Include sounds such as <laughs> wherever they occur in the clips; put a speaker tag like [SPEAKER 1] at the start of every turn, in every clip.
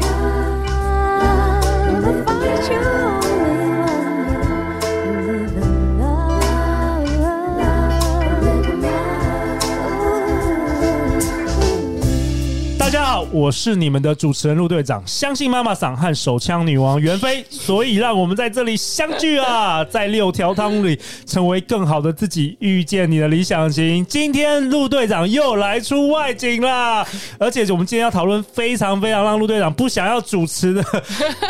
[SPEAKER 1] Love, find your only one. Live in love, live in love.
[SPEAKER 2] 大家好，我是你们的主持人陆队长，相信妈妈嗓和手枪女王袁飞，所以让我们在这里相聚啊，在六条汤里成为更好的自己，遇见你的理想型。今天陆队长又来出外景 <laughs> 啦，而且我们今天要讨论非常非常让陆队长不想要主持的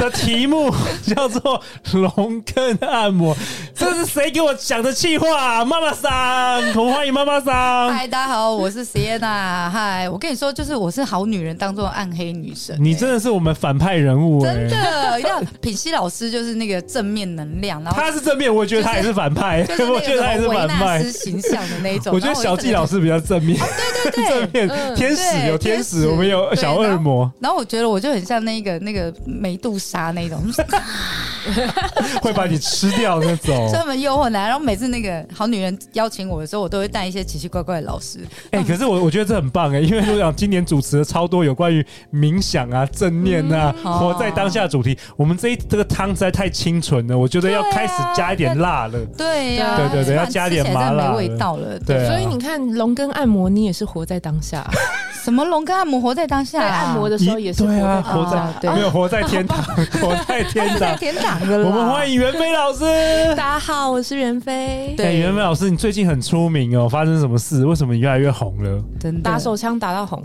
[SPEAKER 2] 的题目，叫做龙根按摩。这是谁给我讲的气话、啊？妈妈嗓，我们欢迎妈妈嗓。
[SPEAKER 3] 嗨，大家好，我是 Sienna。嗨，我跟你说，就是我是好女人当中的暗黑女神、欸
[SPEAKER 2] 你真的是我们反派人物、欸，
[SPEAKER 3] 真的一定要。品熙老师就是那个正面能量，然后
[SPEAKER 2] 他是正面，我觉得他也是反派，
[SPEAKER 3] 哦就是
[SPEAKER 2] 我觉得他也
[SPEAKER 3] 那个
[SPEAKER 2] 是
[SPEAKER 3] 维
[SPEAKER 2] 反
[SPEAKER 3] 纳
[SPEAKER 2] 派。
[SPEAKER 3] 斯形象的那一种。
[SPEAKER 2] <laughs> 我觉得小纪老师比较正面，
[SPEAKER 3] 对对
[SPEAKER 2] 正
[SPEAKER 3] 对，
[SPEAKER 2] 面天使
[SPEAKER 3] 对
[SPEAKER 2] 有天使，我们有小恶。魔
[SPEAKER 3] 对然后然后我觉得我就很像那个那个梅杜莎那种，
[SPEAKER 2] 哦会把你吃掉那
[SPEAKER 3] <laughs>
[SPEAKER 2] 种。
[SPEAKER 3] 专门诱惑男。然后每次那个好女人邀请我的时候，我都会带一些奇奇怪怪的老师。
[SPEAKER 2] 哎，可是我我觉得这很棒哎，因为陆长今年主持了超多有关于冥想啊、正念啊、
[SPEAKER 3] 哦
[SPEAKER 2] 活在当下主题。我们这一这个汤实在太清纯了，我觉得要
[SPEAKER 3] 对啊
[SPEAKER 2] 开始加一点辣了。
[SPEAKER 3] 对呀，
[SPEAKER 2] 对对对
[SPEAKER 3] 不然
[SPEAKER 2] 要加
[SPEAKER 3] 吃
[SPEAKER 2] 点
[SPEAKER 3] 起来真的
[SPEAKER 2] 麻辣
[SPEAKER 3] 没味道了。对
[SPEAKER 2] 对啊，
[SPEAKER 4] 所以你看，龙跟按摩，你也是活在当
[SPEAKER 2] <laughs>
[SPEAKER 4] 下，
[SPEAKER 3] 什么龙跟按摩活在当下
[SPEAKER 4] 在
[SPEAKER 3] 啊，
[SPEAKER 4] 按摩的时候
[SPEAKER 2] 一
[SPEAKER 4] 也是活
[SPEAKER 2] 对啊，
[SPEAKER 4] 在当
[SPEAKER 2] 活
[SPEAKER 4] 下。
[SPEAKER 2] 在
[SPEAKER 4] 对，
[SPEAKER 2] 没有活在
[SPEAKER 3] <laughs>
[SPEAKER 2] 天堂，活在天
[SPEAKER 3] 是在
[SPEAKER 2] 堂。
[SPEAKER 3] 天堂的啦。
[SPEAKER 2] 我们欢迎袁飞老师。
[SPEAKER 4] 大家好，我是袁飞。
[SPEAKER 3] 对
[SPEAKER 2] 哎，袁飞老师，你最近很出名哦，发生什么事？为什么你越来越红了？
[SPEAKER 3] 真的
[SPEAKER 4] 打手枪打到红，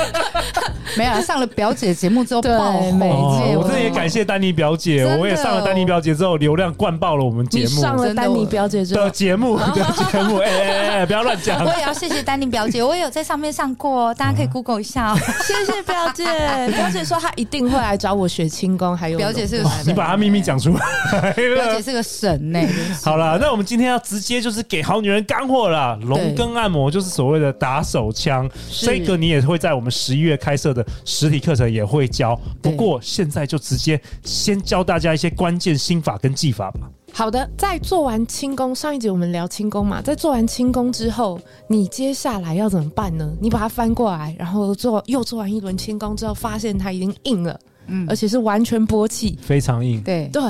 [SPEAKER 3] <laughs> 没有啊上了表姐节目之后
[SPEAKER 4] 对
[SPEAKER 3] 爆红，
[SPEAKER 4] 没
[SPEAKER 2] 哦
[SPEAKER 4] 错
[SPEAKER 2] 我真的也感谢丹妮表姐，
[SPEAKER 3] 真的哦
[SPEAKER 2] 我也上了丹妮表姐之后，流量灌爆了我们
[SPEAKER 4] 你
[SPEAKER 2] 节目
[SPEAKER 4] 上了丹尼表姐之后哦
[SPEAKER 2] 的，节目的节目，哎哎哎，不要乱讲
[SPEAKER 3] 我。也要谢谢丹妮表姐，我也有在上面上过哦，大家可以 Google 一 <laughs> 下哦。
[SPEAKER 4] 谢谢表
[SPEAKER 2] <laughs>
[SPEAKER 4] 姐。表姐说她一定会来找我学轻功，还有
[SPEAKER 3] 表姐是个
[SPEAKER 2] 你
[SPEAKER 3] 神，
[SPEAKER 2] 把她秘密讲出来
[SPEAKER 3] 表
[SPEAKER 2] 了
[SPEAKER 3] 姐。是个神呢。
[SPEAKER 2] <laughs> 好啦，那我们今天要直接就是给好女人干货啦。龙根按摩就是所谓的打手枪，这个你也会在我们十一月开设的实体课程也会教。不
[SPEAKER 3] 对
[SPEAKER 2] 过现在就直接先教大家一些关键心法跟技法吧。
[SPEAKER 4] 好的，在做完轻功，上一集我们聊轻功嘛，在做完轻功之后，你接下来要怎么办呢？你把它翻过来，然后做又做完一轮轻功之后，发现它已经硬了，
[SPEAKER 3] 嗯
[SPEAKER 4] 而且是完全勃起。
[SPEAKER 2] 非常硬，
[SPEAKER 3] 对，
[SPEAKER 4] 对，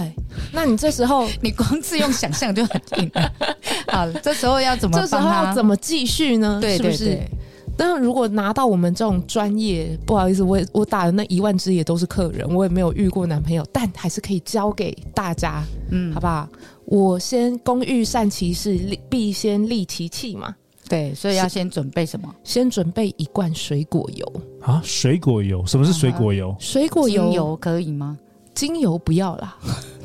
[SPEAKER 4] 那你这时候
[SPEAKER 3] 你光是用想象就很硬了。 <laughs> 好，这时候要怎么
[SPEAKER 4] 这时
[SPEAKER 3] 帮
[SPEAKER 4] 候
[SPEAKER 3] 她？
[SPEAKER 4] 要怎么继续呢？
[SPEAKER 3] 对对
[SPEAKER 4] 是不是
[SPEAKER 3] 对？，
[SPEAKER 4] 但如果拿到我们这种专业，不好意思，我也我打的那一万支也都是客人，我也没有遇过男朋友，但还是可以教给大家，
[SPEAKER 3] 嗯
[SPEAKER 4] 好，不好？我先工欲善其事，利必先利其器嘛。
[SPEAKER 3] 对，所以要先准备什么？
[SPEAKER 4] 先准备一罐水果油，
[SPEAKER 2] 啊，水果油，什么是水果油？
[SPEAKER 4] 水果油
[SPEAKER 3] 精油可以吗？
[SPEAKER 4] 精油不
[SPEAKER 3] <laughs>
[SPEAKER 4] 要啦。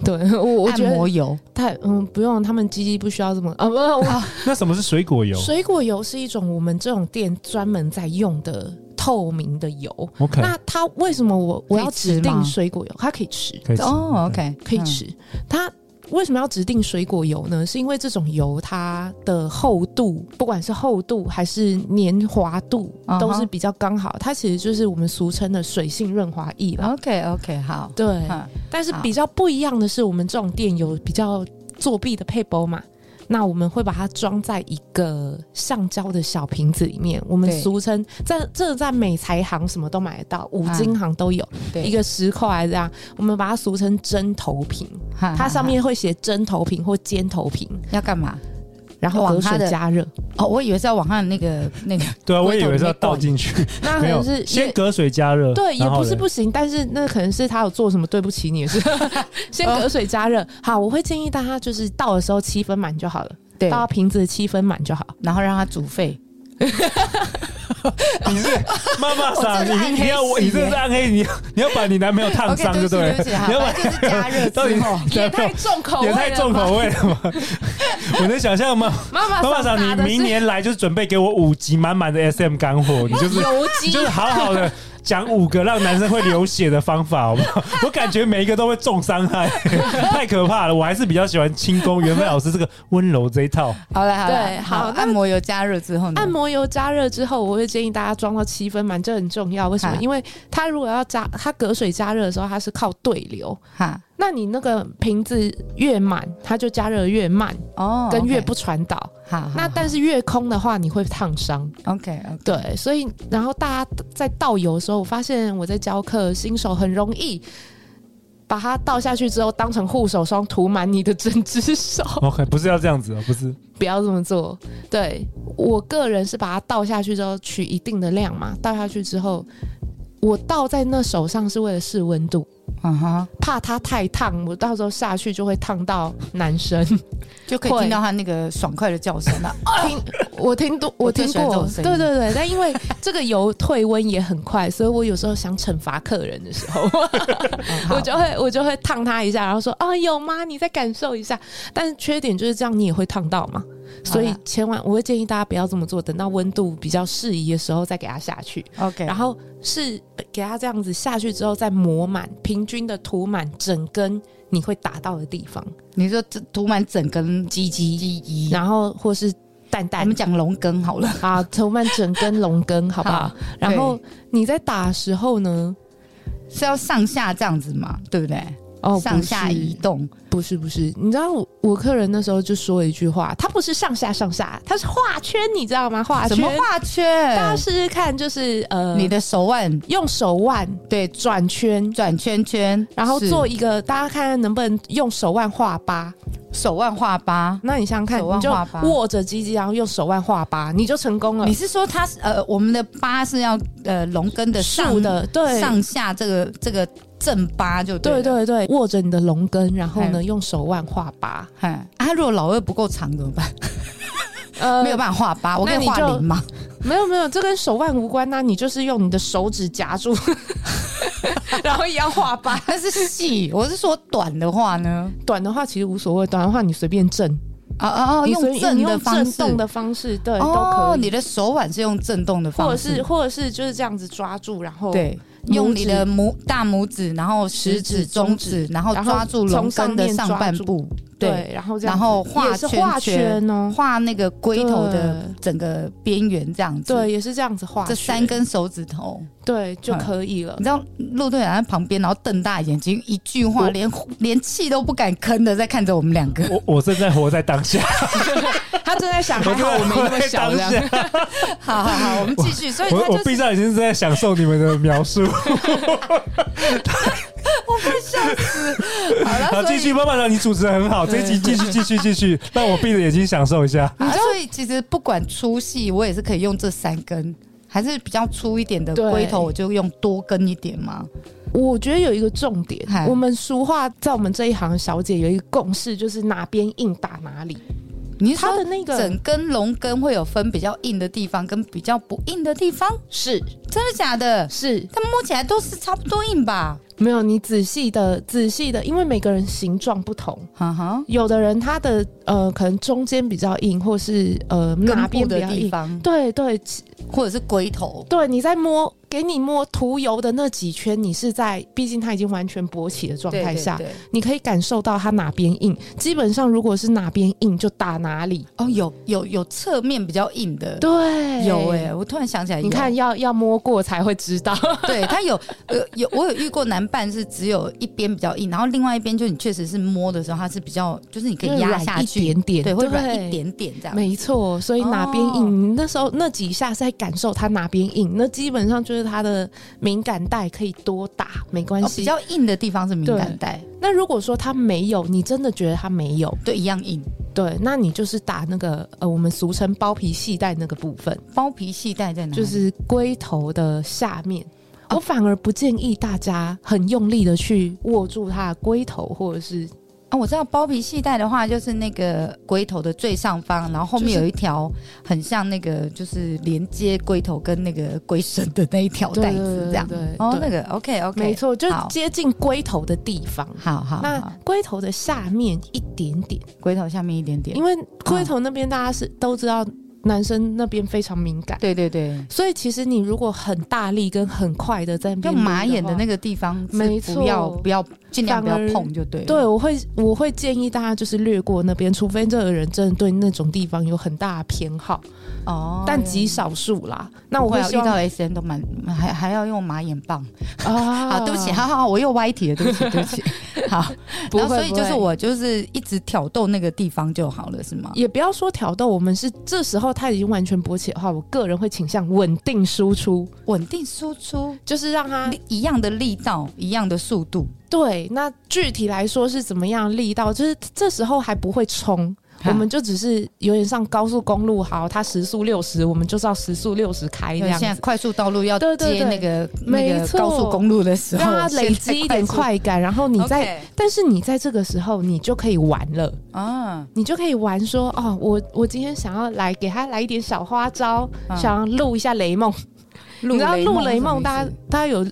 [SPEAKER 4] 对我，我觉
[SPEAKER 3] 按摩
[SPEAKER 4] 得
[SPEAKER 3] 油
[SPEAKER 4] 太嗯不用，他们鸡鸡不需要这么
[SPEAKER 3] <laughs>
[SPEAKER 4] 啊不，我
[SPEAKER 2] 那什么是水果油
[SPEAKER 4] 水果油是一种我们这种店专门在用的透明的油。
[SPEAKER 2] ？OK，
[SPEAKER 4] 那它为什么我我要
[SPEAKER 3] 可以吃
[SPEAKER 4] 指
[SPEAKER 3] 吗
[SPEAKER 4] 定水果油？它可以吃，
[SPEAKER 2] 可以吃
[SPEAKER 3] 哦，OK，
[SPEAKER 4] 可以
[SPEAKER 3] 嗯
[SPEAKER 4] 吃。它为什么要指定水果油呢？是因为这种油它的厚度，不管是厚度还是黏滑度
[SPEAKER 3] 嗯哼，
[SPEAKER 4] 都是比较刚好。它其实就是我们俗称的水性润滑液啦。
[SPEAKER 3] OK OK，好，
[SPEAKER 4] 对，
[SPEAKER 3] 嗯
[SPEAKER 4] 但是
[SPEAKER 3] 好
[SPEAKER 4] 比较不一样的是，我们这种店有比较作弊的配包嘛。那我们会把它装在一个橡胶的小瓶子里面，我们
[SPEAKER 3] 对
[SPEAKER 4] 俗称在这在美材行什么都买得到，五
[SPEAKER 3] 嗯
[SPEAKER 4] 金行都有，
[SPEAKER 3] 对
[SPEAKER 4] 一个十块这样，我们把它俗称针头瓶，
[SPEAKER 3] 哈
[SPEAKER 4] 它
[SPEAKER 3] 哈
[SPEAKER 4] 上
[SPEAKER 3] 哈
[SPEAKER 4] 面会写针头瓶或尖头瓶，
[SPEAKER 3] 要干嘛？
[SPEAKER 4] 然后
[SPEAKER 3] 往
[SPEAKER 4] 隔
[SPEAKER 3] 它的
[SPEAKER 4] 水加热，
[SPEAKER 3] 哦，我以为是要往上那个那个
[SPEAKER 2] 对啊，我也以为是要倒进去，
[SPEAKER 4] 那可
[SPEAKER 2] 没有
[SPEAKER 4] 能是，因
[SPEAKER 2] 先
[SPEAKER 4] 为
[SPEAKER 2] 隔水加热，
[SPEAKER 4] 对，也
[SPEAKER 2] 然后
[SPEAKER 4] 不是
[SPEAKER 2] 嘞
[SPEAKER 4] 不行，但是那可能是他有做什么对不起你的事， <laughs> 先隔水加热。好，我会建议大家就是倒的时候七分满就好了，
[SPEAKER 3] 对，
[SPEAKER 4] 倒到瓶子的七分满就好。
[SPEAKER 3] 然后让它煮沸。
[SPEAKER 2] <laughs> 你是妈妈
[SPEAKER 3] 我
[SPEAKER 2] 桑，
[SPEAKER 3] 真的是暗黑
[SPEAKER 2] 你你要我，
[SPEAKER 3] 系
[SPEAKER 2] 你这是
[SPEAKER 3] 耶
[SPEAKER 2] 暗黑，你要你要把你男朋友烫
[SPEAKER 3] OK，
[SPEAKER 2] 伤就
[SPEAKER 3] 对
[SPEAKER 4] 哦
[SPEAKER 3] 不
[SPEAKER 2] 对了
[SPEAKER 3] 起，对不，起，好，
[SPEAKER 2] 你要把
[SPEAKER 3] 反正就是加热
[SPEAKER 2] 到底
[SPEAKER 3] 之后，
[SPEAKER 2] 男朋友
[SPEAKER 4] 重口
[SPEAKER 2] 也太重口味了吧？ <laughs> 我能想象吗？
[SPEAKER 4] 妈妈
[SPEAKER 2] 妈妈
[SPEAKER 4] 桑
[SPEAKER 2] 桑，
[SPEAKER 4] 拿
[SPEAKER 2] 你
[SPEAKER 4] 的
[SPEAKER 2] 明
[SPEAKER 4] 是
[SPEAKER 2] 年来就是准备给我五集满满的 SM 干货，你就是
[SPEAKER 4] 油
[SPEAKER 2] 你
[SPEAKER 4] 鸡
[SPEAKER 2] 就是好好的 <laughs> 讲五个让男生会流血的方法，好不好？我感觉每一个都会重伤害， <laughs> 太可怕了。我还是比较喜欢轻功，袁飞老师这个温柔这一套。
[SPEAKER 3] 好了，好了，
[SPEAKER 4] 对
[SPEAKER 3] 好，
[SPEAKER 4] 好那
[SPEAKER 3] 按摩油加热之后呢？
[SPEAKER 4] 按摩油加热之后，我会建议大家装到七分满，这很重要。为什么？
[SPEAKER 3] 啊
[SPEAKER 4] 因为它如果要加，它隔水加热的时候，它是靠对流。
[SPEAKER 3] 哈，
[SPEAKER 4] 那你那个瓶子越满，它就加热越慢，
[SPEAKER 3] 哦，
[SPEAKER 4] 跟越
[SPEAKER 3] OK
[SPEAKER 4] 不传导。
[SPEAKER 3] 好，好
[SPEAKER 4] 那但是越空的话，你会烫伤。
[SPEAKER 3] OK 嗯 OK，
[SPEAKER 4] 对，所以然后大家在倒油的时候，我发现我在教课，新手很容易把它倒下去之后，当成护手霜涂满你的整只手。
[SPEAKER 2] OK，不是要这样子哦，不是。
[SPEAKER 4] 不要这么做。对我个人是把它倒下去之后取一定的量嘛，倒下去之后，我倒在那手上是为了试温度，
[SPEAKER 3] 嗯哼，
[SPEAKER 4] 怕它太烫，我到时候下去就会烫到
[SPEAKER 3] <laughs>
[SPEAKER 4] 男生。
[SPEAKER 3] 就可以
[SPEAKER 4] 会
[SPEAKER 3] 听到他那个爽快的叫声啊了。
[SPEAKER 4] 听我听多，我听
[SPEAKER 3] 最喜欢这
[SPEAKER 4] 过
[SPEAKER 3] 种，声
[SPEAKER 4] 对
[SPEAKER 3] 音
[SPEAKER 4] 对对。但因为这个油退温也很快，所以我有时候想惩罚客人的时候，
[SPEAKER 3] 嗯
[SPEAKER 4] <laughs> 我
[SPEAKER 3] 好
[SPEAKER 4] 就会我就会烫他一下，然后说啊有吗？你再感受一下。但是缺点就是这样，你也会烫到嘛。所以
[SPEAKER 3] 好啦
[SPEAKER 4] 千万我会建议大家不要这么做，等到温度比较适宜的时候再给它下去，
[SPEAKER 3] OK，
[SPEAKER 4] 然
[SPEAKER 3] 然后
[SPEAKER 4] 后是呃给它这样子下去之后再抹满，平均的涂满整根你会打到的地方，
[SPEAKER 3] 你说这涂满整根鸡鸡鸡鸡，
[SPEAKER 4] 然后或是蛋
[SPEAKER 3] 我
[SPEAKER 4] 蛋
[SPEAKER 3] 们讲龙根好了，
[SPEAKER 4] 啊，涂满整根龙根，好
[SPEAKER 3] <laughs>
[SPEAKER 4] 不好？
[SPEAKER 3] 好
[SPEAKER 4] 然后你在打的时候呢，
[SPEAKER 3] 是要上下这样子嘛，对不对？
[SPEAKER 4] 哦，不
[SPEAKER 3] 上下
[SPEAKER 4] 是
[SPEAKER 3] 移动，
[SPEAKER 4] 不是不是，你知道我我客人那时候就说一句话，他不是上下上下，他是画圈，你知道吗？画圈，
[SPEAKER 3] 什么画
[SPEAKER 4] 大家
[SPEAKER 3] 圈？
[SPEAKER 4] 试试看，就是呃，
[SPEAKER 3] 你的手腕
[SPEAKER 4] 用手腕对转圈，
[SPEAKER 3] 转圈圈，
[SPEAKER 4] 然后
[SPEAKER 3] 是
[SPEAKER 4] 做一个，大家看看能不能用手腕画疤。
[SPEAKER 3] 手腕画疤。
[SPEAKER 4] 那你想想看，
[SPEAKER 3] 手腕
[SPEAKER 4] 你就
[SPEAKER 3] 画疤
[SPEAKER 4] 握着鸡鸡，然后用手腕画疤，你就成功了
[SPEAKER 3] 你。是说它是呃，我们的疤是要呃龙根的
[SPEAKER 4] 竖
[SPEAKER 3] 上
[SPEAKER 4] 的，对，
[SPEAKER 3] 上下这个这个正疤就
[SPEAKER 4] 对
[SPEAKER 3] 了
[SPEAKER 4] 对对，握着你的龙根，然后呢，
[SPEAKER 3] 嗯
[SPEAKER 4] 用手腕画疤。
[SPEAKER 3] 哎，啊，他如果老二不够长怎么办？
[SPEAKER 4] 呃
[SPEAKER 3] 没有办法画疤，我可
[SPEAKER 4] 那
[SPEAKER 3] 以
[SPEAKER 4] 你
[SPEAKER 3] 画
[SPEAKER 4] 就
[SPEAKER 3] 零吗？
[SPEAKER 4] 没有没有，这跟手腕无关呐、你就是用你的手指夹住， <laughs> 然后也要画疤。
[SPEAKER 3] 那是细，我是说短的话呢，
[SPEAKER 4] 短的话其实无所谓，短的话你随便震，
[SPEAKER 3] 啊啊，哦
[SPEAKER 4] 你随
[SPEAKER 3] 用
[SPEAKER 4] 你
[SPEAKER 3] 震的
[SPEAKER 4] 用
[SPEAKER 3] 方
[SPEAKER 4] 震
[SPEAKER 3] 式，
[SPEAKER 4] 动的方式，对，
[SPEAKER 3] 哦
[SPEAKER 4] 都可，
[SPEAKER 3] 你
[SPEAKER 4] 以。
[SPEAKER 3] 的手腕是用震动的
[SPEAKER 4] 或
[SPEAKER 3] 方
[SPEAKER 4] 者
[SPEAKER 3] 式，
[SPEAKER 4] 是或者是就是这样子抓住，然后，
[SPEAKER 3] 对，
[SPEAKER 4] 拇
[SPEAKER 3] 用你的哦拇大拇指，然后食
[SPEAKER 4] 食指
[SPEAKER 3] 指、中指，然后
[SPEAKER 4] 然后
[SPEAKER 3] 抓住龙根的上半部，对，
[SPEAKER 4] 对，然后这样
[SPEAKER 3] 然后
[SPEAKER 4] 也
[SPEAKER 3] 画
[SPEAKER 4] 是
[SPEAKER 3] 圈
[SPEAKER 4] 画
[SPEAKER 3] 圈，
[SPEAKER 4] 圈哦，
[SPEAKER 3] 画那个龟头的整个边缘这样子，
[SPEAKER 4] 对，，也是这样子画圈，
[SPEAKER 3] 这三嗯根手指头，
[SPEAKER 4] 对就可以了
[SPEAKER 3] 你。知道陆队长在旁边，然后瞪大眼睛，一句话
[SPEAKER 2] 我
[SPEAKER 3] 连连气都不敢吭的在看着我们两个。
[SPEAKER 2] 我我正在活在当下，
[SPEAKER 4] 他正在想，还好我没那么小
[SPEAKER 2] <laughs> 我正在活在当
[SPEAKER 4] 这样
[SPEAKER 2] 下。
[SPEAKER 3] <laughs> 好好好，我们继续。所以他
[SPEAKER 2] 我
[SPEAKER 3] 就
[SPEAKER 2] 我闭
[SPEAKER 3] 是
[SPEAKER 2] 上眼睛是在享受你们的描述。
[SPEAKER 3] 好
[SPEAKER 2] 好，
[SPEAKER 3] 了，所
[SPEAKER 2] 继
[SPEAKER 3] 以
[SPEAKER 2] 续，慢慢的，你主持的很好，这一集继续继续继续，让我闭着眼睛享受一下。
[SPEAKER 3] 啊，所以其实不管粗细，我也是可以用这三根，还是比较粗一点的
[SPEAKER 4] 对
[SPEAKER 3] 龟头，我就用多根一点嘛。
[SPEAKER 4] 我觉得有一个重点
[SPEAKER 3] 嗨，
[SPEAKER 4] 我们俗话在我们这一行小姐有一个共识，就是哪边硬打哪里。
[SPEAKER 3] 你是
[SPEAKER 4] 她的
[SPEAKER 3] 说
[SPEAKER 4] 那个
[SPEAKER 3] 整根龙根会有分比较硬的地方跟比较不硬的地方？
[SPEAKER 4] 是
[SPEAKER 3] 真的假的？
[SPEAKER 4] 是
[SPEAKER 3] 它摸起来都是差不多硬吧？
[SPEAKER 4] 没有，你仔细的仔细的，因为每个人形状不同，
[SPEAKER 3] 哈哈，
[SPEAKER 4] 有的人他的呃可能中间比较硬，或是呃哪
[SPEAKER 3] 根部
[SPEAKER 4] 边比
[SPEAKER 3] 的
[SPEAKER 4] 较
[SPEAKER 3] 地
[SPEAKER 4] 硬。
[SPEAKER 3] 方，
[SPEAKER 4] 对对
[SPEAKER 3] 或者是龟头，
[SPEAKER 4] 对，你在摸给你摸涂油的那几圈，你是在毕竟它已经完全勃起的状
[SPEAKER 3] 对
[SPEAKER 4] 态
[SPEAKER 3] 对
[SPEAKER 4] 下，
[SPEAKER 3] 对
[SPEAKER 4] 你可以感受到它哪边硬。基本上如果是哪边硬就打哪里。
[SPEAKER 3] 哦，有有有侧面比较硬的，
[SPEAKER 4] 对，
[SPEAKER 3] 有哎、我突然想起来有，
[SPEAKER 4] 你 <laughs> 看，要要摸过才会知道。
[SPEAKER 3] 对他有呃有，我有遇过男伴是只有一边比较硬，然后另外一边就你确实是摸的时候，它是比较就是你可以压
[SPEAKER 4] <laughs>
[SPEAKER 3] 下去
[SPEAKER 4] 就软一点点
[SPEAKER 3] 对，会软
[SPEAKER 4] 对
[SPEAKER 3] 一点点这样。
[SPEAKER 4] 没错，所以哪边硬，
[SPEAKER 3] 哦
[SPEAKER 4] 你那时候那几下是在感受它哪边硬，那基本上就是它的敏感带可以多打，没关
[SPEAKER 3] 哦，
[SPEAKER 4] 系。
[SPEAKER 3] 比较硬的地方是敏感带，
[SPEAKER 4] 那如果说它没有，你真的觉得它没有，
[SPEAKER 3] 对，一样硬。
[SPEAKER 4] 对，那你就是打那个呃，我们俗称包皮系带那个部分，
[SPEAKER 3] 包皮系带在哪里？
[SPEAKER 4] 就是龟头的下面。
[SPEAKER 3] 哦
[SPEAKER 4] 我反而不建议大家很用力的去握住它的龟头，或者是
[SPEAKER 3] 啊，我知道包皮系带的话，就是那个龟头的最上方，然后后面
[SPEAKER 4] 就是
[SPEAKER 3] 有一条很像那个，就是连接龟头跟那个龟身的那一条带子这样。
[SPEAKER 4] 对对对对
[SPEAKER 3] 哦，那
[SPEAKER 4] 对
[SPEAKER 3] 个 OK OK，
[SPEAKER 4] 没，错，就是
[SPEAKER 3] 好
[SPEAKER 4] 接近龟头的地方。
[SPEAKER 3] 好好
[SPEAKER 4] 那
[SPEAKER 3] 好，
[SPEAKER 4] 龟头的下面一点点，
[SPEAKER 3] 龟头下面一点点
[SPEAKER 4] 因，为龟头那边大家是都知道，男生那边非常敏感，
[SPEAKER 3] 对对对，
[SPEAKER 4] 所以其实你如果很大力跟很快的在那边
[SPEAKER 3] 用马眼的那
[SPEAKER 4] 个，
[SPEAKER 3] 个地方是
[SPEAKER 4] 没
[SPEAKER 3] 不要
[SPEAKER 4] 错
[SPEAKER 3] 不要尽量不要
[SPEAKER 4] 反而
[SPEAKER 3] 碰就对了。
[SPEAKER 4] 对我会我会建议大家就是略过那边，除非这个人真的对那种地方有很大的偏好，
[SPEAKER 3] 哦，
[SPEAKER 4] 但极少数啦。那
[SPEAKER 3] 那
[SPEAKER 4] 我
[SPEAKER 3] 我
[SPEAKER 4] 会
[SPEAKER 3] 会啊
[SPEAKER 4] 希
[SPEAKER 3] 遇
[SPEAKER 4] 望 <laughs>
[SPEAKER 3] 到 S N 都蛮还还要用马眼棒。
[SPEAKER 4] 啊
[SPEAKER 3] 啊
[SPEAKER 4] <laughs>
[SPEAKER 3] 好，对不起，好好，好我又歪题了，对不起，对不起。好，
[SPEAKER 4] 不
[SPEAKER 3] 然后
[SPEAKER 4] 会
[SPEAKER 3] 所以
[SPEAKER 4] 啊不
[SPEAKER 3] 就是
[SPEAKER 4] 会
[SPEAKER 3] 我就是一直挑逗那个地方就好了，是吗？
[SPEAKER 4] 也不要说挑逗，我们是这时候他已经完全勃起的话，我个人会倾向稳定输出，
[SPEAKER 3] 稳定输出，
[SPEAKER 4] 就是让他
[SPEAKER 3] 力一样的力道，一样的速度，
[SPEAKER 4] 对。那具体来说是怎么样力道，就是这时候还不会冲，我们就只是有点像高速公路，好，它时速六十，我们就照时速六十开
[SPEAKER 3] 因
[SPEAKER 4] 这
[SPEAKER 3] 为
[SPEAKER 4] 样
[SPEAKER 3] 现在
[SPEAKER 4] 子。
[SPEAKER 3] 快速道路要
[SPEAKER 4] 对对
[SPEAKER 3] 接
[SPEAKER 4] 对
[SPEAKER 3] 那个那
[SPEAKER 4] 没
[SPEAKER 3] 个
[SPEAKER 4] 错
[SPEAKER 3] 高速公路的时
[SPEAKER 4] 让
[SPEAKER 3] 候，
[SPEAKER 4] 它累积一点快感，然后你
[SPEAKER 3] 现在
[SPEAKER 4] 在
[SPEAKER 3] 快速，
[SPEAKER 4] 但是你在这个时候，你就可以玩了，
[SPEAKER 3] OK，啊，
[SPEAKER 4] 你就可以玩说，哦，我我今天想要来给他来一点小花招，
[SPEAKER 3] 嗯
[SPEAKER 4] 想要录一下雷梦，
[SPEAKER 3] 陆
[SPEAKER 4] 你知道录雷
[SPEAKER 3] 雷
[SPEAKER 4] 梦，大
[SPEAKER 3] 是什么
[SPEAKER 4] 家
[SPEAKER 3] 意思
[SPEAKER 4] 大家有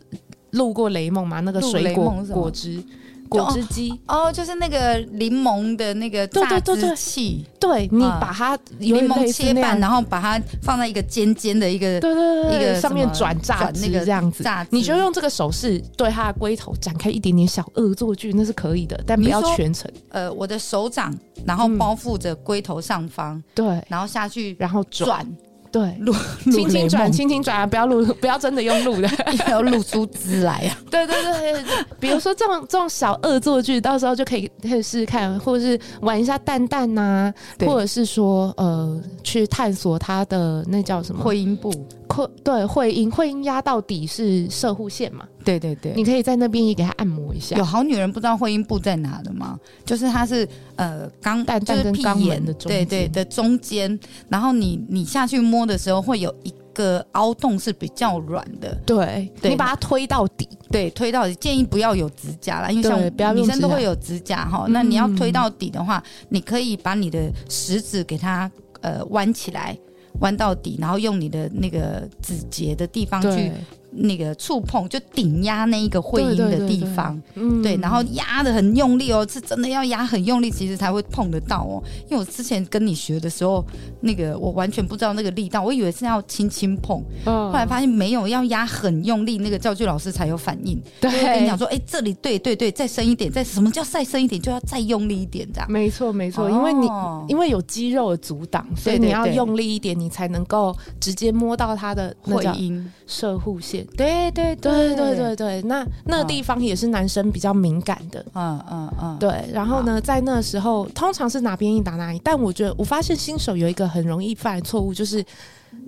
[SPEAKER 4] 录过雷梦吗？那个
[SPEAKER 3] 录
[SPEAKER 4] 水
[SPEAKER 3] 雷
[SPEAKER 4] 果
[SPEAKER 3] 梦是什么
[SPEAKER 4] 果汁果汁机，
[SPEAKER 3] 哦，就是那个柠檬的那个
[SPEAKER 4] 对对
[SPEAKER 3] 榨
[SPEAKER 4] 对对
[SPEAKER 3] 汁器，
[SPEAKER 4] 对你
[SPEAKER 3] 啊
[SPEAKER 4] 把它有
[SPEAKER 3] 柠
[SPEAKER 4] 点类
[SPEAKER 3] 檬
[SPEAKER 4] 似
[SPEAKER 3] 切
[SPEAKER 4] 那
[SPEAKER 3] 半，
[SPEAKER 4] 样，
[SPEAKER 3] 然后把它放在一个尖尖的一个
[SPEAKER 4] 对对对
[SPEAKER 3] 一
[SPEAKER 4] 对，
[SPEAKER 3] 个
[SPEAKER 4] 上面
[SPEAKER 3] 什么
[SPEAKER 4] 转榨
[SPEAKER 3] 转
[SPEAKER 4] 汁
[SPEAKER 3] 那个
[SPEAKER 4] 这样子。
[SPEAKER 3] 榨汁，
[SPEAKER 4] 你就用这个手势对它的龟头展开一点点小恶作剧，那是可以的，但不
[SPEAKER 3] 你
[SPEAKER 4] 要
[SPEAKER 3] 说
[SPEAKER 4] 全程。
[SPEAKER 3] 呃我的手掌，然后
[SPEAKER 4] 嗯
[SPEAKER 3] 包覆着龟头上方，
[SPEAKER 4] 对，
[SPEAKER 3] 然后下去
[SPEAKER 4] 然后转，
[SPEAKER 3] 转，
[SPEAKER 4] 对， <laughs>
[SPEAKER 3] 陆
[SPEAKER 4] 轻轻
[SPEAKER 3] 雷
[SPEAKER 4] 转，
[SPEAKER 3] 梦
[SPEAKER 4] 轻轻转啊，不要录，不要真的用录
[SPEAKER 3] <laughs>
[SPEAKER 4] 的。
[SPEAKER 3] 要露出汁来
[SPEAKER 4] <laughs>
[SPEAKER 3] 啊！
[SPEAKER 4] 对对对，对比如说这种这种小恶作剧，到时候就可以可以试试看，或者是玩一下蛋蛋呐、
[SPEAKER 3] 对
[SPEAKER 4] 或者是说呃去探索它的那叫什么
[SPEAKER 3] 会阴部，
[SPEAKER 4] 会对会阴会阴压到底是射护线嘛，
[SPEAKER 3] 对对对
[SPEAKER 4] 你可以在那边也给它按摩一下
[SPEAKER 3] 有。好女人不知道会阴部在哪的吗？就是它是呃肛
[SPEAKER 4] 蛋
[SPEAKER 3] 就
[SPEAKER 4] 蛋
[SPEAKER 3] 是
[SPEAKER 4] 跟
[SPEAKER 3] 屁
[SPEAKER 4] 肛门
[SPEAKER 3] 眼
[SPEAKER 4] 的中
[SPEAKER 3] 对
[SPEAKER 4] 间
[SPEAKER 3] 对的中间，然后你你下去摸的时候会有一个凹洞是比较软的，
[SPEAKER 4] 对，
[SPEAKER 3] 对
[SPEAKER 4] 你把它推到底，
[SPEAKER 3] 对，推到底建议不要有指甲啦，因为
[SPEAKER 4] 对
[SPEAKER 3] 像
[SPEAKER 4] 不要用
[SPEAKER 3] 女生都
[SPEAKER 4] 指甲
[SPEAKER 3] 会有指甲哈、
[SPEAKER 4] 嗯
[SPEAKER 3] 那你要推到底的话，你可以把你的食指给它呃弯起来。弯到底，然后用你的那个指节的地方去
[SPEAKER 4] 对，
[SPEAKER 3] 那个触碰，就顶压那一个会阴
[SPEAKER 4] 对对
[SPEAKER 3] 的
[SPEAKER 4] 对
[SPEAKER 3] 地
[SPEAKER 4] 对
[SPEAKER 3] 方。
[SPEAKER 4] 嗯
[SPEAKER 3] 对，然后压的很用力哦，是真的要压很用力，其实才会碰得到哦。因为我之前跟你学的时候，那个我完全不知道那个力道，我以为是要轻轻碰，
[SPEAKER 4] 后
[SPEAKER 3] 后来发现没有，要压很用力，那个教具老师才有反应。就会跟你讲
[SPEAKER 4] 对，
[SPEAKER 3] 说，哎、这里对对对，再深一点，再什么叫再深一点，就要再用力一点这样。
[SPEAKER 4] 没错没错，因为你
[SPEAKER 3] 哦
[SPEAKER 4] 因为有肌肉的阻挡，所以
[SPEAKER 3] 对对
[SPEAKER 4] 你要
[SPEAKER 3] 对
[SPEAKER 4] 用力一点，你才能够直接摸到它的那
[SPEAKER 3] 会
[SPEAKER 4] 叫
[SPEAKER 3] 阴，
[SPEAKER 4] 射护线。
[SPEAKER 3] 对对
[SPEAKER 4] 对对对，对，那那个地方也是男生比较敏感的。
[SPEAKER 3] 嗯嗯嗯，
[SPEAKER 4] 对，然后呢，在那时候通常是哪边硬打哪里，但我觉得我发现新手有一个很容易犯的错误，就是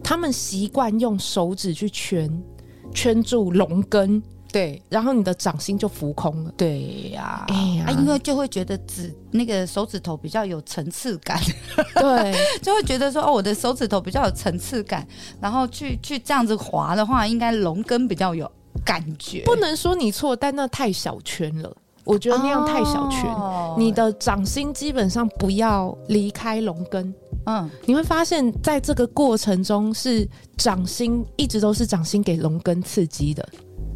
[SPEAKER 4] 他们习惯用手指去圈圈住龙根，
[SPEAKER 3] 对
[SPEAKER 4] 然后你的掌心就浮空了。
[SPEAKER 3] 对呀、
[SPEAKER 4] 哎呀
[SPEAKER 3] 啊，因为就会觉得指那个手指头比较有层次感， <laughs>
[SPEAKER 4] 对，
[SPEAKER 3] 就会觉得说哦，我的手指头比较有层次感，然后去去这样子滑的话，应该龙根比较有感觉，
[SPEAKER 4] 不能说你错，但那太小圈了，我觉得那样太小圈。
[SPEAKER 3] 哦
[SPEAKER 4] 你的掌心基本上不要离开龙根，
[SPEAKER 3] 嗯
[SPEAKER 4] 你会发现在这个过程中是掌心一直都是掌心给龙根刺激的，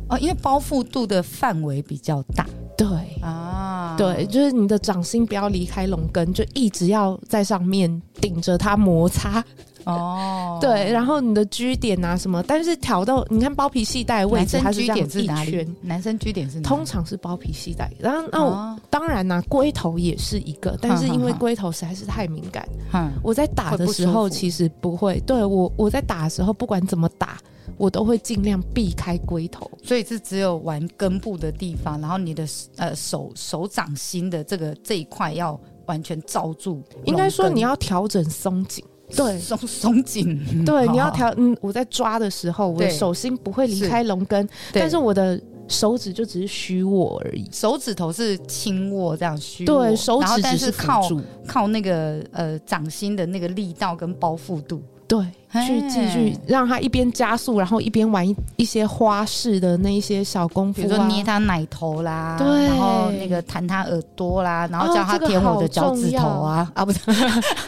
[SPEAKER 3] 哦，因为包覆度的范围比较大
[SPEAKER 4] 对。
[SPEAKER 3] 啊，
[SPEAKER 4] 对，就是你的掌心不要离开龙根，就一直要在上面顶着它摩擦。
[SPEAKER 3] 哦，
[SPEAKER 4] 对，然后你的 G 点啊什么，但是调到你看包皮系带的位
[SPEAKER 3] 男
[SPEAKER 4] 置，
[SPEAKER 3] 生
[SPEAKER 4] 它是
[SPEAKER 3] G
[SPEAKER 4] 这样
[SPEAKER 3] 点是
[SPEAKER 4] 一
[SPEAKER 3] 哪
[SPEAKER 4] 圈
[SPEAKER 3] 里，？嗯男生 G 点是哪里
[SPEAKER 4] 通常是包皮系带。然后那我、
[SPEAKER 3] 哦
[SPEAKER 4] 当然啦、龟头也是一
[SPEAKER 3] <laughs>
[SPEAKER 4] 个，但是因为龟头实在是太敏感，
[SPEAKER 3] 嗯
[SPEAKER 4] 我在打的时
[SPEAKER 3] 会
[SPEAKER 4] 候
[SPEAKER 3] 不舒服
[SPEAKER 4] 其实不会，对我我在打的时候不管怎么打，我都会尽量避开龟头。
[SPEAKER 3] 所以是只有玩根部的地方，然后你的呃手手掌心的这个这一块要完全罩住龙根，
[SPEAKER 4] 应该说你要调整松紧，对
[SPEAKER 3] 松 <laughs> 松紧，嗯
[SPEAKER 4] 对，你要，
[SPEAKER 3] 好好
[SPEAKER 4] 调。嗯，我在抓的时候，我的
[SPEAKER 3] 对
[SPEAKER 4] 手心不会离
[SPEAKER 3] 是
[SPEAKER 4] 开龙根，
[SPEAKER 3] 对
[SPEAKER 4] 但是我的手指就只是虚握而已。
[SPEAKER 3] 手指头是轻握这样虚握，
[SPEAKER 4] 对，手
[SPEAKER 3] 然后
[SPEAKER 4] 指
[SPEAKER 3] 但
[SPEAKER 4] 只
[SPEAKER 3] 是
[SPEAKER 4] 辅
[SPEAKER 3] 靠
[SPEAKER 4] 助，
[SPEAKER 3] 靠那个呃掌心的那个力道跟包覆度，
[SPEAKER 4] 对，去
[SPEAKER 3] 嘿
[SPEAKER 4] 继续让它一边加速，然后一边玩一一些花式的那一些小功夫、
[SPEAKER 3] 比
[SPEAKER 4] 啊，
[SPEAKER 3] 如说捏他奶头啦，
[SPEAKER 4] 对
[SPEAKER 3] 然后那个弹他耳朵啦，然后
[SPEAKER 4] 哦
[SPEAKER 3] 叫他
[SPEAKER 4] 这个
[SPEAKER 3] 舔我
[SPEAKER 4] 好
[SPEAKER 3] 的脚趾
[SPEAKER 4] 重要
[SPEAKER 3] 头啊、啊，不
[SPEAKER 4] <laughs>
[SPEAKER 3] 是，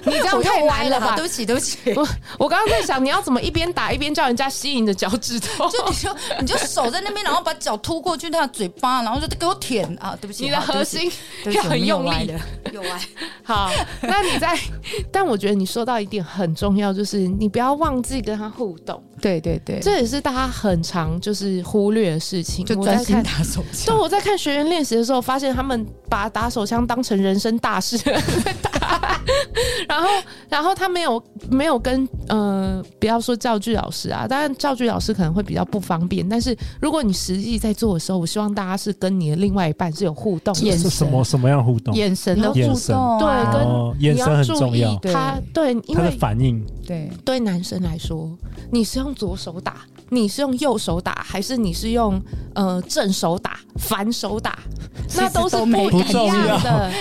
[SPEAKER 4] 你这样太难了吧
[SPEAKER 3] 对？不起，对不起，
[SPEAKER 4] 我刚刚在想，你要怎么一边打一边叫人家吸引你的脚趾头？
[SPEAKER 3] <laughs> 就你就你就手在那边，然后把脚突过去他的嘴巴，然后就给我舔啊！对不起，
[SPEAKER 4] <laughs> 你的
[SPEAKER 3] 好
[SPEAKER 4] 核心，
[SPEAKER 3] 对不起
[SPEAKER 4] 要很用
[SPEAKER 3] 对不起我没
[SPEAKER 4] 力，
[SPEAKER 3] 有歪的有歪。
[SPEAKER 4] 好，那你在，但我觉得你说到一点很重要，就是你不要忘记跟他互动，
[SPEAKER 3] 对对对，
[SPEAKER 4] 这也是大家很常就是忽略的事情。
[SPEAKER 3] 就
[SPEAKER 4] 我
[SPEAKER 3] 专
[SPEAKER 4] 在
[SPEAKER 3] 心
[SPEAKER 4] 看，
[SPEAKER 3] 打手
[SPEAKER 4] 对，
[SPEAKER 3] 枪。
[SPEAKER 4] 我在看学员练习的时候，发现他们把打手枪当成人生大事在打， <laughs> 然后，然后他没有没有跟呃，不要说教具老师啊，当然教具老师可能会比较不方便。但是如果你实际在做的时候，我希望大家是跟你的另外一半是有互动的，
[SPEAKER 3] 眼
[SPEAKER 2] 是
[SPEAKER 3] 神
[SPEAKER 2] 什么什么样的互动？
[SPEAKER 3] 眼神的
[SPEAKER 2] 眼
[SPEAKER 3] 互
[SPEAKER 2] 神
[SPEAKER 3] 动啊，
[SPEAKER 4] 对跟
[SPEAKER 2] 哦，
[SPEAKER 4] 你
[SPEAKER 2] 眼神很重
[SPEAKER 4] 要
[SPEAKER 2] 要
[SPEAKER 4] 注，意他对，因
[SPEAKER 2] 他的
[SPEAKER 4] 为
[SPEAKER 2] 反应
[SPEAKER 3] 对
[SPEAKER 4] 对男生来说，你是用左手打，你是用右手打，还是你是用呃正手打、反手打，那都是
[SPEAKER 3] 都没
[SPEAKER 4] 不一
[SPEAKER 2] 感觉
[SPEAKER 4] 样的，
[SPEAKER 2] 啊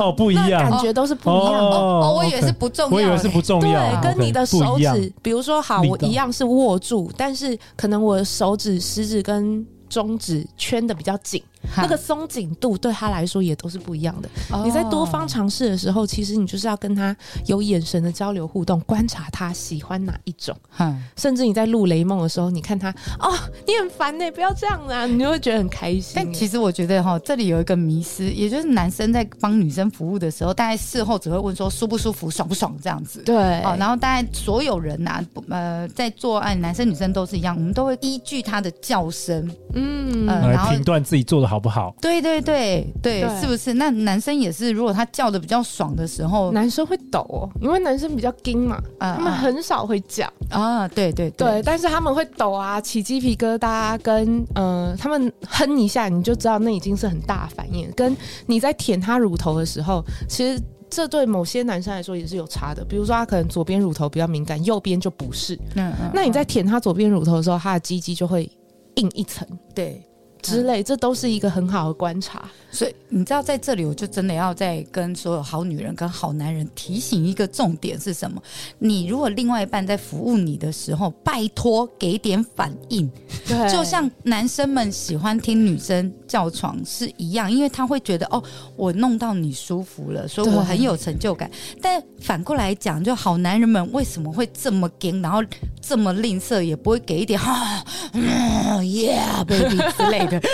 [SPEAKER 2] 哦不一
[SPEAKER 4] 那
[SPEAKER 2] 样
[SPEAKER 4] 感觉都是不一样的。
[SPEAKER 2] 哦
[SPEAKER 3] 哦，我以为是
[SPEAKER 2] OK
[SPEAKER 3] 不重要，
[SPEAKER 2] 我以为是不重要，啊
[SPEAKER 4] 对，跟你的
[SPEAKER 2] OK，不
[SPEAKER 4] 手
[SPEAKER 2] 一样
[SPEAKER 4] 指，比如说好，
[SPEAKER 2] 力
[SPEAKER 4] 我
[SPEAKER 2] 道
[SPEAKER 4] 一样是握住，但是可能我的手指、食指跟中指圈的比较紧，
[SPEAKER 3] 哈
[SPEAKER 4] 那个松紧度对他来说也都是不一样的。
[SPEAKER 3] 哦
[SPEAKER 4] 你在多方尝试的时候，其实你就是要跟他有眼神的交流互动，观察他喜欢哪一种。
[SPEAKER 3] 哈
[SPEAKER 4] 甚至你在录雷梦的时候，你看他哦，你很烦呢、不要这样啊，你就会觉得很开心。
[SPEAKER 3] 但其
[SPEAKER 4] 实
[SPEAKER 3] 实我觉得哈，这里有一个迷失，也就是男生在帮女生服务的时候，大概事后只会问说舒不舒服、爽不爽这样子。
[SPEAKER 4] 对，
[SPEAKER 3] 哦，然后大概所有人呐、不呃，在做爱，男生女生都是一样，我们都会依据他的叫声，
[SPEAKER 4] 嗯，
[SPEAKER 3] 呃然
[SPEAKER 2] 来
[SPEAKER 3] 后
[SPEAKER 2] 评断自己做的好不好。
[SPEAKER 3] 对对对对，
[SPEAKER 4] 对
[SPEAKER 3] 是不是？那男生也是，如果他叫的比较爽的时候，
[SPEAKER 4] 呃男生会抖哦，因为男生比较硬嘛，
[SPEAKER 3] 啊
[SPEAKER 4] 他们很少会叫。
[SPEAKER 3] 啊，对对
[SPEAKER 4] 对，但是他们会抖啊，起鸡皮疙瘩，啊跟呃，他们哼一下，你就知道那已经是很大反应。跟你在舔他乳头的时候，其实这对某些男生来说也是有差的。比如说，他可能左边乳头比较敏感，右边就不是。
[SPEAKER 3] 嗯嗯
[SPEAKER 4] 那你在舔他左边乳头的时候，他的鸡鸡就会硬一层
[SPEAKER 3] 嗯对，
[SPEAKER 4] 之类，这都是一个很好的观察。
[SPEAKER 3] 所以你知道，在这里我就真的要再跟所有好女人跟好男人提醒一个重点是什么？你如果另外一半在服务你的时候，拜托给点反应，
[SPEAKER 4] 对
[SPEAKER 3] 就像男生们喜欢听女生叫床是一样，因为他会觉得哦，我弄到你舒服了，所以我
[SPEAKER 4] 对
[SPEAKER 3] 很有成就感。但反过来讲，就好男人们为什么会这么硬，然后这么吝啬，也不会给一点 <laughs> 啊、嗯、，yeah baby 之类的。 <laughs> 哎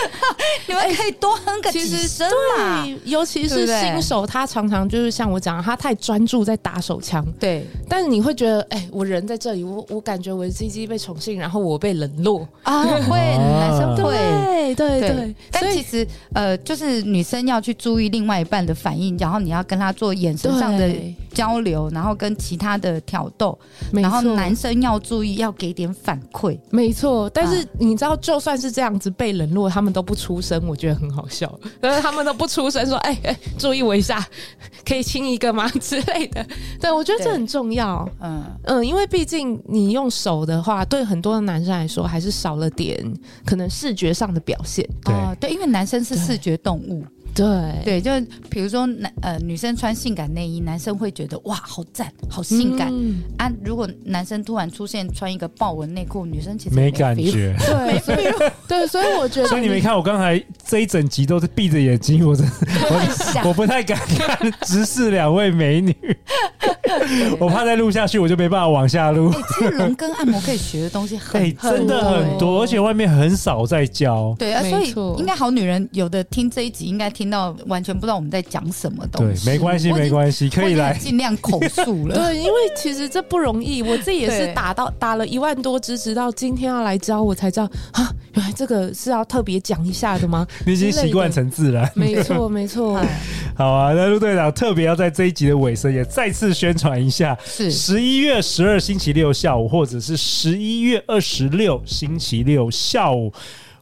[SPEAKER 3] 你们可以多哼 <laughs> 个
[SPEAKER 4] 其
[SPEAKER 3] 几
[SPEAKER 4] 实
[SPEAKER 3] 声嘛。
[SPEAKER 4] 对，尤其
[SPEAKER 3] 对
[SPEAKER 4] 是
[SPEAKER 3] 不对
[SPEAKER 4] 新手，他常常就是像我讲的，他太专注在打手枪，
[SPEAKER 3] 对
[SPEAKER 4] 但是你会觉得，哎、我人在这里，我我感觉我的鸡鸡被宠幸，然后我被冷落。
[SPEAKER 3] 啊，会男生会。
[SPEAKER 4] 对对
[SPEAKER 3] 对
[SPEAKER 4] 对，，
[SPEAKER 3] 但
[SPEAKER 4] 所
[SPEAKER 3] 其
[SPEAKER 4] 以
[SPEAKER 3] 实呃，就是女生要去注意另外一半的反应，然后你要跟他做眼神上的
[SPEAKER 4] 对
[SPEAKER 3] 交流，然后跟其他的挑逗，
[SPEAKER 4] 没
[SPEAKER 3] 然后
[SPEAKER 4] 错
[SPEAKER 3] 男生要注意，要给点反馈。
[SPEAKER 4] 没错，但
[SPEAKER 3] 啊
[SPEAKER 4] 是你知道，就算是这样子被冷落，他们都不出声，我觉得很好笑。 <laughs> 但是他们都不出声，说：“哎、哎、注意我一下，可以亲一个吗？”之类的。 <laughs> 对，我觉得这
[SPEAKER 3] 对
[SPEAKER 4] 很重要。
[SPEAKER 3] 嗯，
[SPEAKER 4] 嗯，因为毕竟你用手的话，对很多的男生来说，还是少了点可能视觉上的表现。
[SPEAKER 2] 对
[SPEAKER 3] 哦对，因为男生是视觉动物，
[SPEAKER 4] 对
[SPEAKER 3] 对，就比如说男呃女生穿性感内衣，男生会觉得哇好赞，好性感、
[SPEAKER 4] 嗯
[SPEAKER 3] 啊。如果男生突然出现穿一个豹纹内裤，女生其实
[SPEAKER 2] 没感
[SPEAKER 3] feel
[SPEAKER 2] 觉，
[SPEAKER 4] 对，所以对，所以我觉
[SPEAKER 2] <laughs>
[SPEAKER 4] 得
[SPEAKER 2] 所以你没看我刚才这一整集都是闭着眼睛，我
[SPEAKER 3] <laughs>
[SPEAKER 2] 真
[SPEAKER 3] 幻想
[SPEAKER 2] 我不太敢看，直视两位美女，我怕再录下去我就没办法往下录。
[SPEAKER 3] <laughs> 哎、其实龙跟按摩可以学的东西
[SPEAKER 2] <laughs>
[SPEAKER 3] 很、
[SPEAKER 2] 哎、真的很多，而且外面很少在教。
[SPEAKER 3] 对啊，
[SPEAKER 4] 没
[SPEAKER 3] 所以
[SPEAKER 4] 错
[SPEAKER 3] 应该好女人有的听这一集，应该听到完全不知道我们在讲什么东
[SPEAKER 2] 对，
[SPEAKER 3] 西。
[SPEAKER 2] 没关系，没关系，
[SPEAKER 3] 系
[SPEAKER 2] 可以来。
[SPEAKER 3] 尽量口述了。
[SPEAKER 2] <laughs>
[SPEAKER 4] 对，因为其实这不容易，我自己也是
[SPEAKER 3] 对
[SPEAKER 4] 打到打了一万多支，直到今天要来教，我才知道啊，原来这个是要特别讲一下的吗？
[SPEAKER 2] 你已经习惯成自然。
[SPEAKER 4] <laughs> 没错，没错，哎
[SPEAKER 2] 好啊，那陆队长特别要在这一集的尾声也再次宣传一下，
[SPEAKER 3] 是，
[SPEAKER 2] 十一月十二星期六下午，或者是十一月二十六星期六下午。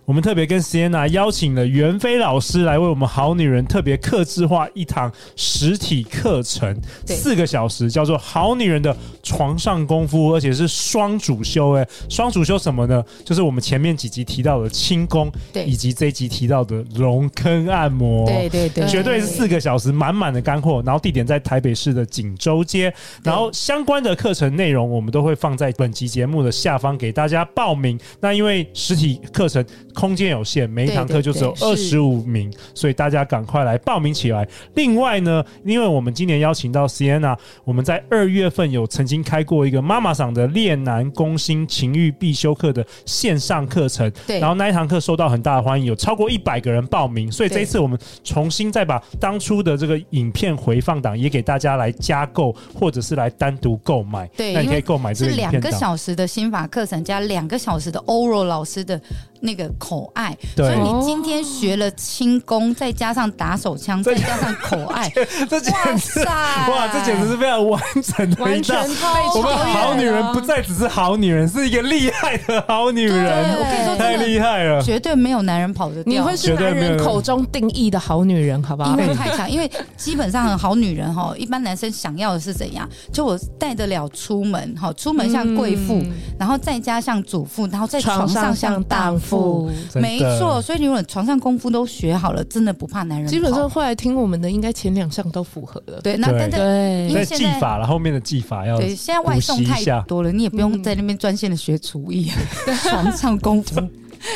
[SPEAKER 2] 我们特别跟 Sienna 邀请了袁飞老师来为我们好女人特别客制化一堂实体课程，
[SPEAKER 3] 对
[SPEAKER 2] 四个小时，叫做《好女人的床上功夫》，而且是双主修、哎，双主修什么呢？就是我们前面几集提到的轻功，
[SPEAKER 3] 对
[SPEAKER 2] 以及这一集提到的龙坑按摩，
[SPEAKER 3] 对对对，
[SPEAKER 2] 哦绝对是四个小时满满的干货。然后地点在台北市的锦州街，
[SPEAKER 3] 对
[SPEAKER 2] 然后相关的课程内容我们都会放在本集节目的下方给大家报名。那因为实体课程空间有限，每一堂课就只有
[SPEAKER 3] 对
[SPEAKER 2] 二
[SPEAKER 3] 对
[SPEAKER 2] 十
[SPEAKER 3] 是
[SPEAKER 2] 五名，所以大家赶快来报名起来。另外呢，因为我们今年邀请到 Sienna，我们在二月份有曾经开过一个妈妈桑的恋男攻心情欲必修课的线上课程，
[SPEAKER 3] 对
[SPEAKER 2] 然后那一堂课受到很大的欢迎，有超过一百个人报名，所以这一
[SPEAKER 3] 对
[SPEAKER 2] 次我们重新再把当初的这个影片回放档也给大家来加购，或者是来单独购买。
[SPEAKER 3] 对
[SPEAKER 2] 那你
[SPEAKER 3] 因
[SPEAKER 2] 可
[SPEAKER 3] 为
[SPEAKER 2] 以购买这
[SPEAKER 3] 是
[SPEAKER 2] 个影
[SPEAKER 3] 两
[SPEAKER 2] 片
[SPEAKER 3] 个
[SPEAKER 2] 档。
[SPEAKER 3] 小时的心法课程加两个小时的 oral 老师的那个口爱，
[SPEAKER 2] 对
[SPEAKER 3] 所以你今天学了轻功，再加上打手枪，再加上口爱，
[SPEAKER 2] 这
[SPEAKER 3] 哇
[SPEAKER 2] 简直 <laughs>
[SPEAKER 3] 塞，
[SPEAKER 2] 哇，这简直是非常完整的一
[SPEAKER 4] 完
[SPEAKER 2] 大
[SPEAKER 4] 全。被
[SPEAKER 2] 我们好女人不
[SPEAKER 4] 在。
[SPEAKER 2] 再只是好女人，是一个厉害的好女
[SPEAKER 3] 对
[SPEAKER 2] 人，
[SPEAKER 3] 我跟你说真的
[SPEAKER 2] 太厉害了。
[SPEAKER 3] 绝对没有男人跑得
[SPEAKER 4] 你
[SPEAKER 3] 掉。
[SPEAKER 4] 会是男人口中定义的好女人，好不
[SPEAKER 3] 因
[SPEAKER 4] 好？
[SPEAKER 3] 为太强，因为基本上很好女人哈，一般男生想要的是怎样？就我带得了出门哈，出门像贵妇，
[SPEAKER 4] 嗯
[SPEAKER 3] 然后在家像主妇，然后在
[SPEAKER 4] 床
[SPEAKER 3] 床上像
[SPEAKER 4] 像
[SPEAKER 3] 荡妇。，
[SPEAKER 2] 真的
[SPEAKER 3] 没错，，所以你如果床上功夫都学好了，真的不怕男人跑。
[SPEAKER 4] 基本上后来听我们的，应该前两项都符合了。
[SPEAKER 3] 对，那
[SPEAKER 2] 对
[SPEAKER 3] 但是因
[SPEAKER 4] 对
[SPEAKER 2] 在
[SPEAKER 3] 为现
[SPEAKER 2] 技
[SPEAKER 3] 在
[SPEAKER 2] 法了，后面的技法要
[SPEAKER 3] 对现在外送
[SPEAKER 2] 补习一
[SPEAKER 3] 太
[SPEAKER 2] 下嗯
[SPEAKER 3] 多了，你也不用在那边专线的学厨艺， <laughs> 床上功夫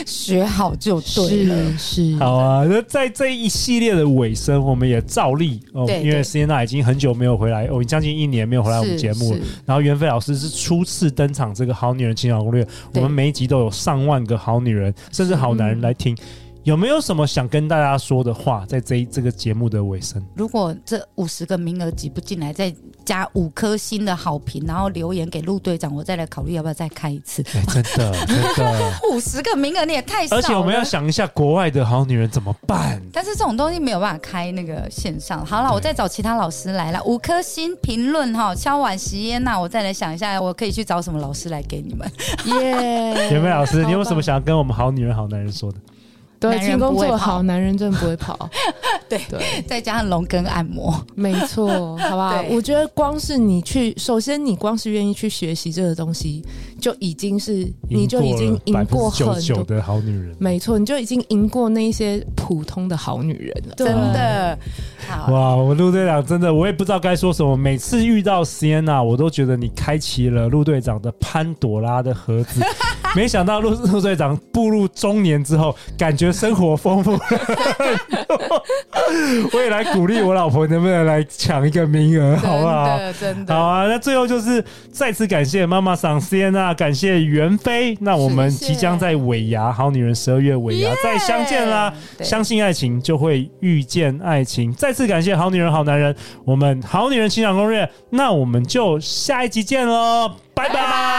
[SPEAKER 3] 学好就对了。
[SPEAKER 4] 是是，
[SPEAKER 2] 好啊，那在这一系列的尾声，我们也照例哦，
[SPEAKER 3] 对
[SPEAKER 2] 因为
[SPEAKER 3] 对
[SPEAKER 2] c n a 已经很久没有回来，我、哦、将近一年没有回来我们
[SPEAKER 3] 是
[SPEAKER 2] 节目了
[SPEAKER 3] 是。
[SPEAKER 2] 然后袁飞老师是初次登场这个《好女人情场攻略》，我
[SPEAKER 3] 对
[SPEAKER 2] 们每一集都有上万个好女人甚至好男人来听。有没有什么想跟大家说的话，在这一这个节目的尾声？
[SPEAKER 3] 如果这五十个名额挤不进来，再加五颗星的好评，然后留言给陆队长，我再来考虑要不要再开一次。
[SPEAKER 2] 哎、真 <laughs> 的，真的。
[SPEAKER 3] 五十个名额你也太少了，
[SPEAKER 2] 而且我们要想一下，国外的好女人怎么办？
[SPEAKER 3] 但是这种东西没有办法开那个线上。好了，
[SPEAKER 2] 对
[SPEAKER 3] 我再找其他老师来了。五颗星评论哈，敲碗席耶娜，我再来想一下，我可以去找什么老师来给你们。 <laughs>
[SPEAKER 4] 耶！
[SPEAKER 2] 袁飞老师，
[SPEAKER 4] 哎好
[SPEAKER 2] 你有
[SPEAKER 4] 棒
[SPEAKER 2] 什么想要跟我们好女人、好男人说的？
[SPEAKER 4] 对
[SPEAKER 3] 男人
[SPEAKER 4] 轻功
[SPEAKER 3] 不会
[SPEAKER 4] 做
[SPEAKER 3] 跑。
[SPEAKER 4] 好，男人真的不会跑
[SPEAKER 3] <laughs> 对
[SPEAKER 4] 对，
[SPEAKER 3] 再加上龙根按摩，
[SPEAKER 4] 没
[SPEAKER 3] <laughs>
[SPEAKER 4] 错，好不好？
[SPEAKER 3] 对
[SPEAKER 4] 我觉得光是你去，首先你光是愿意去学习这个东西，就已经是你就已经赢过很
[SPEAKER 2] 九九
[SPEAKER 4] 多。
[SPEAKER 2] 的好女人。
[SPEAKER 4] 没错，你就已经赢过那一些普通的好女人了。
[SPEAKER 3] 真的好。
[SPEAKER 2] 哇，我陆队长真的，我也不知道该说什么。每次遇到 Sienna，我都觉得你开启了陆队长的潘朵拉的盒
[SPEAKER 3] <laughs>
[SPEAKER 2] 子。没想到陆陆队长步入中年之后，感觉生活丰富了很多。我也来鼓励我老婆，能不能来抢一个名额，好不好？
[SPEAKER 3] 真的真
[SPEAKER 2] 好
[SPEAKER 3] 的，
[SPEAKER 2] 啊，那最后就是再次感谢妈妈桑 C N 啊，感谢袁飞。那我们
[SPEAKER 3] 谢谢
[SPEAKER 2] 即将在尾牙好女人十二月尾牙再哎相见啦！
[SPEAKER 3] 对
[SPEAKER 2] 相信爱情就会遇见爱情。再次感谢好女人好男人，我们好女人情感攻略，那我们就下一集见喽，拜拜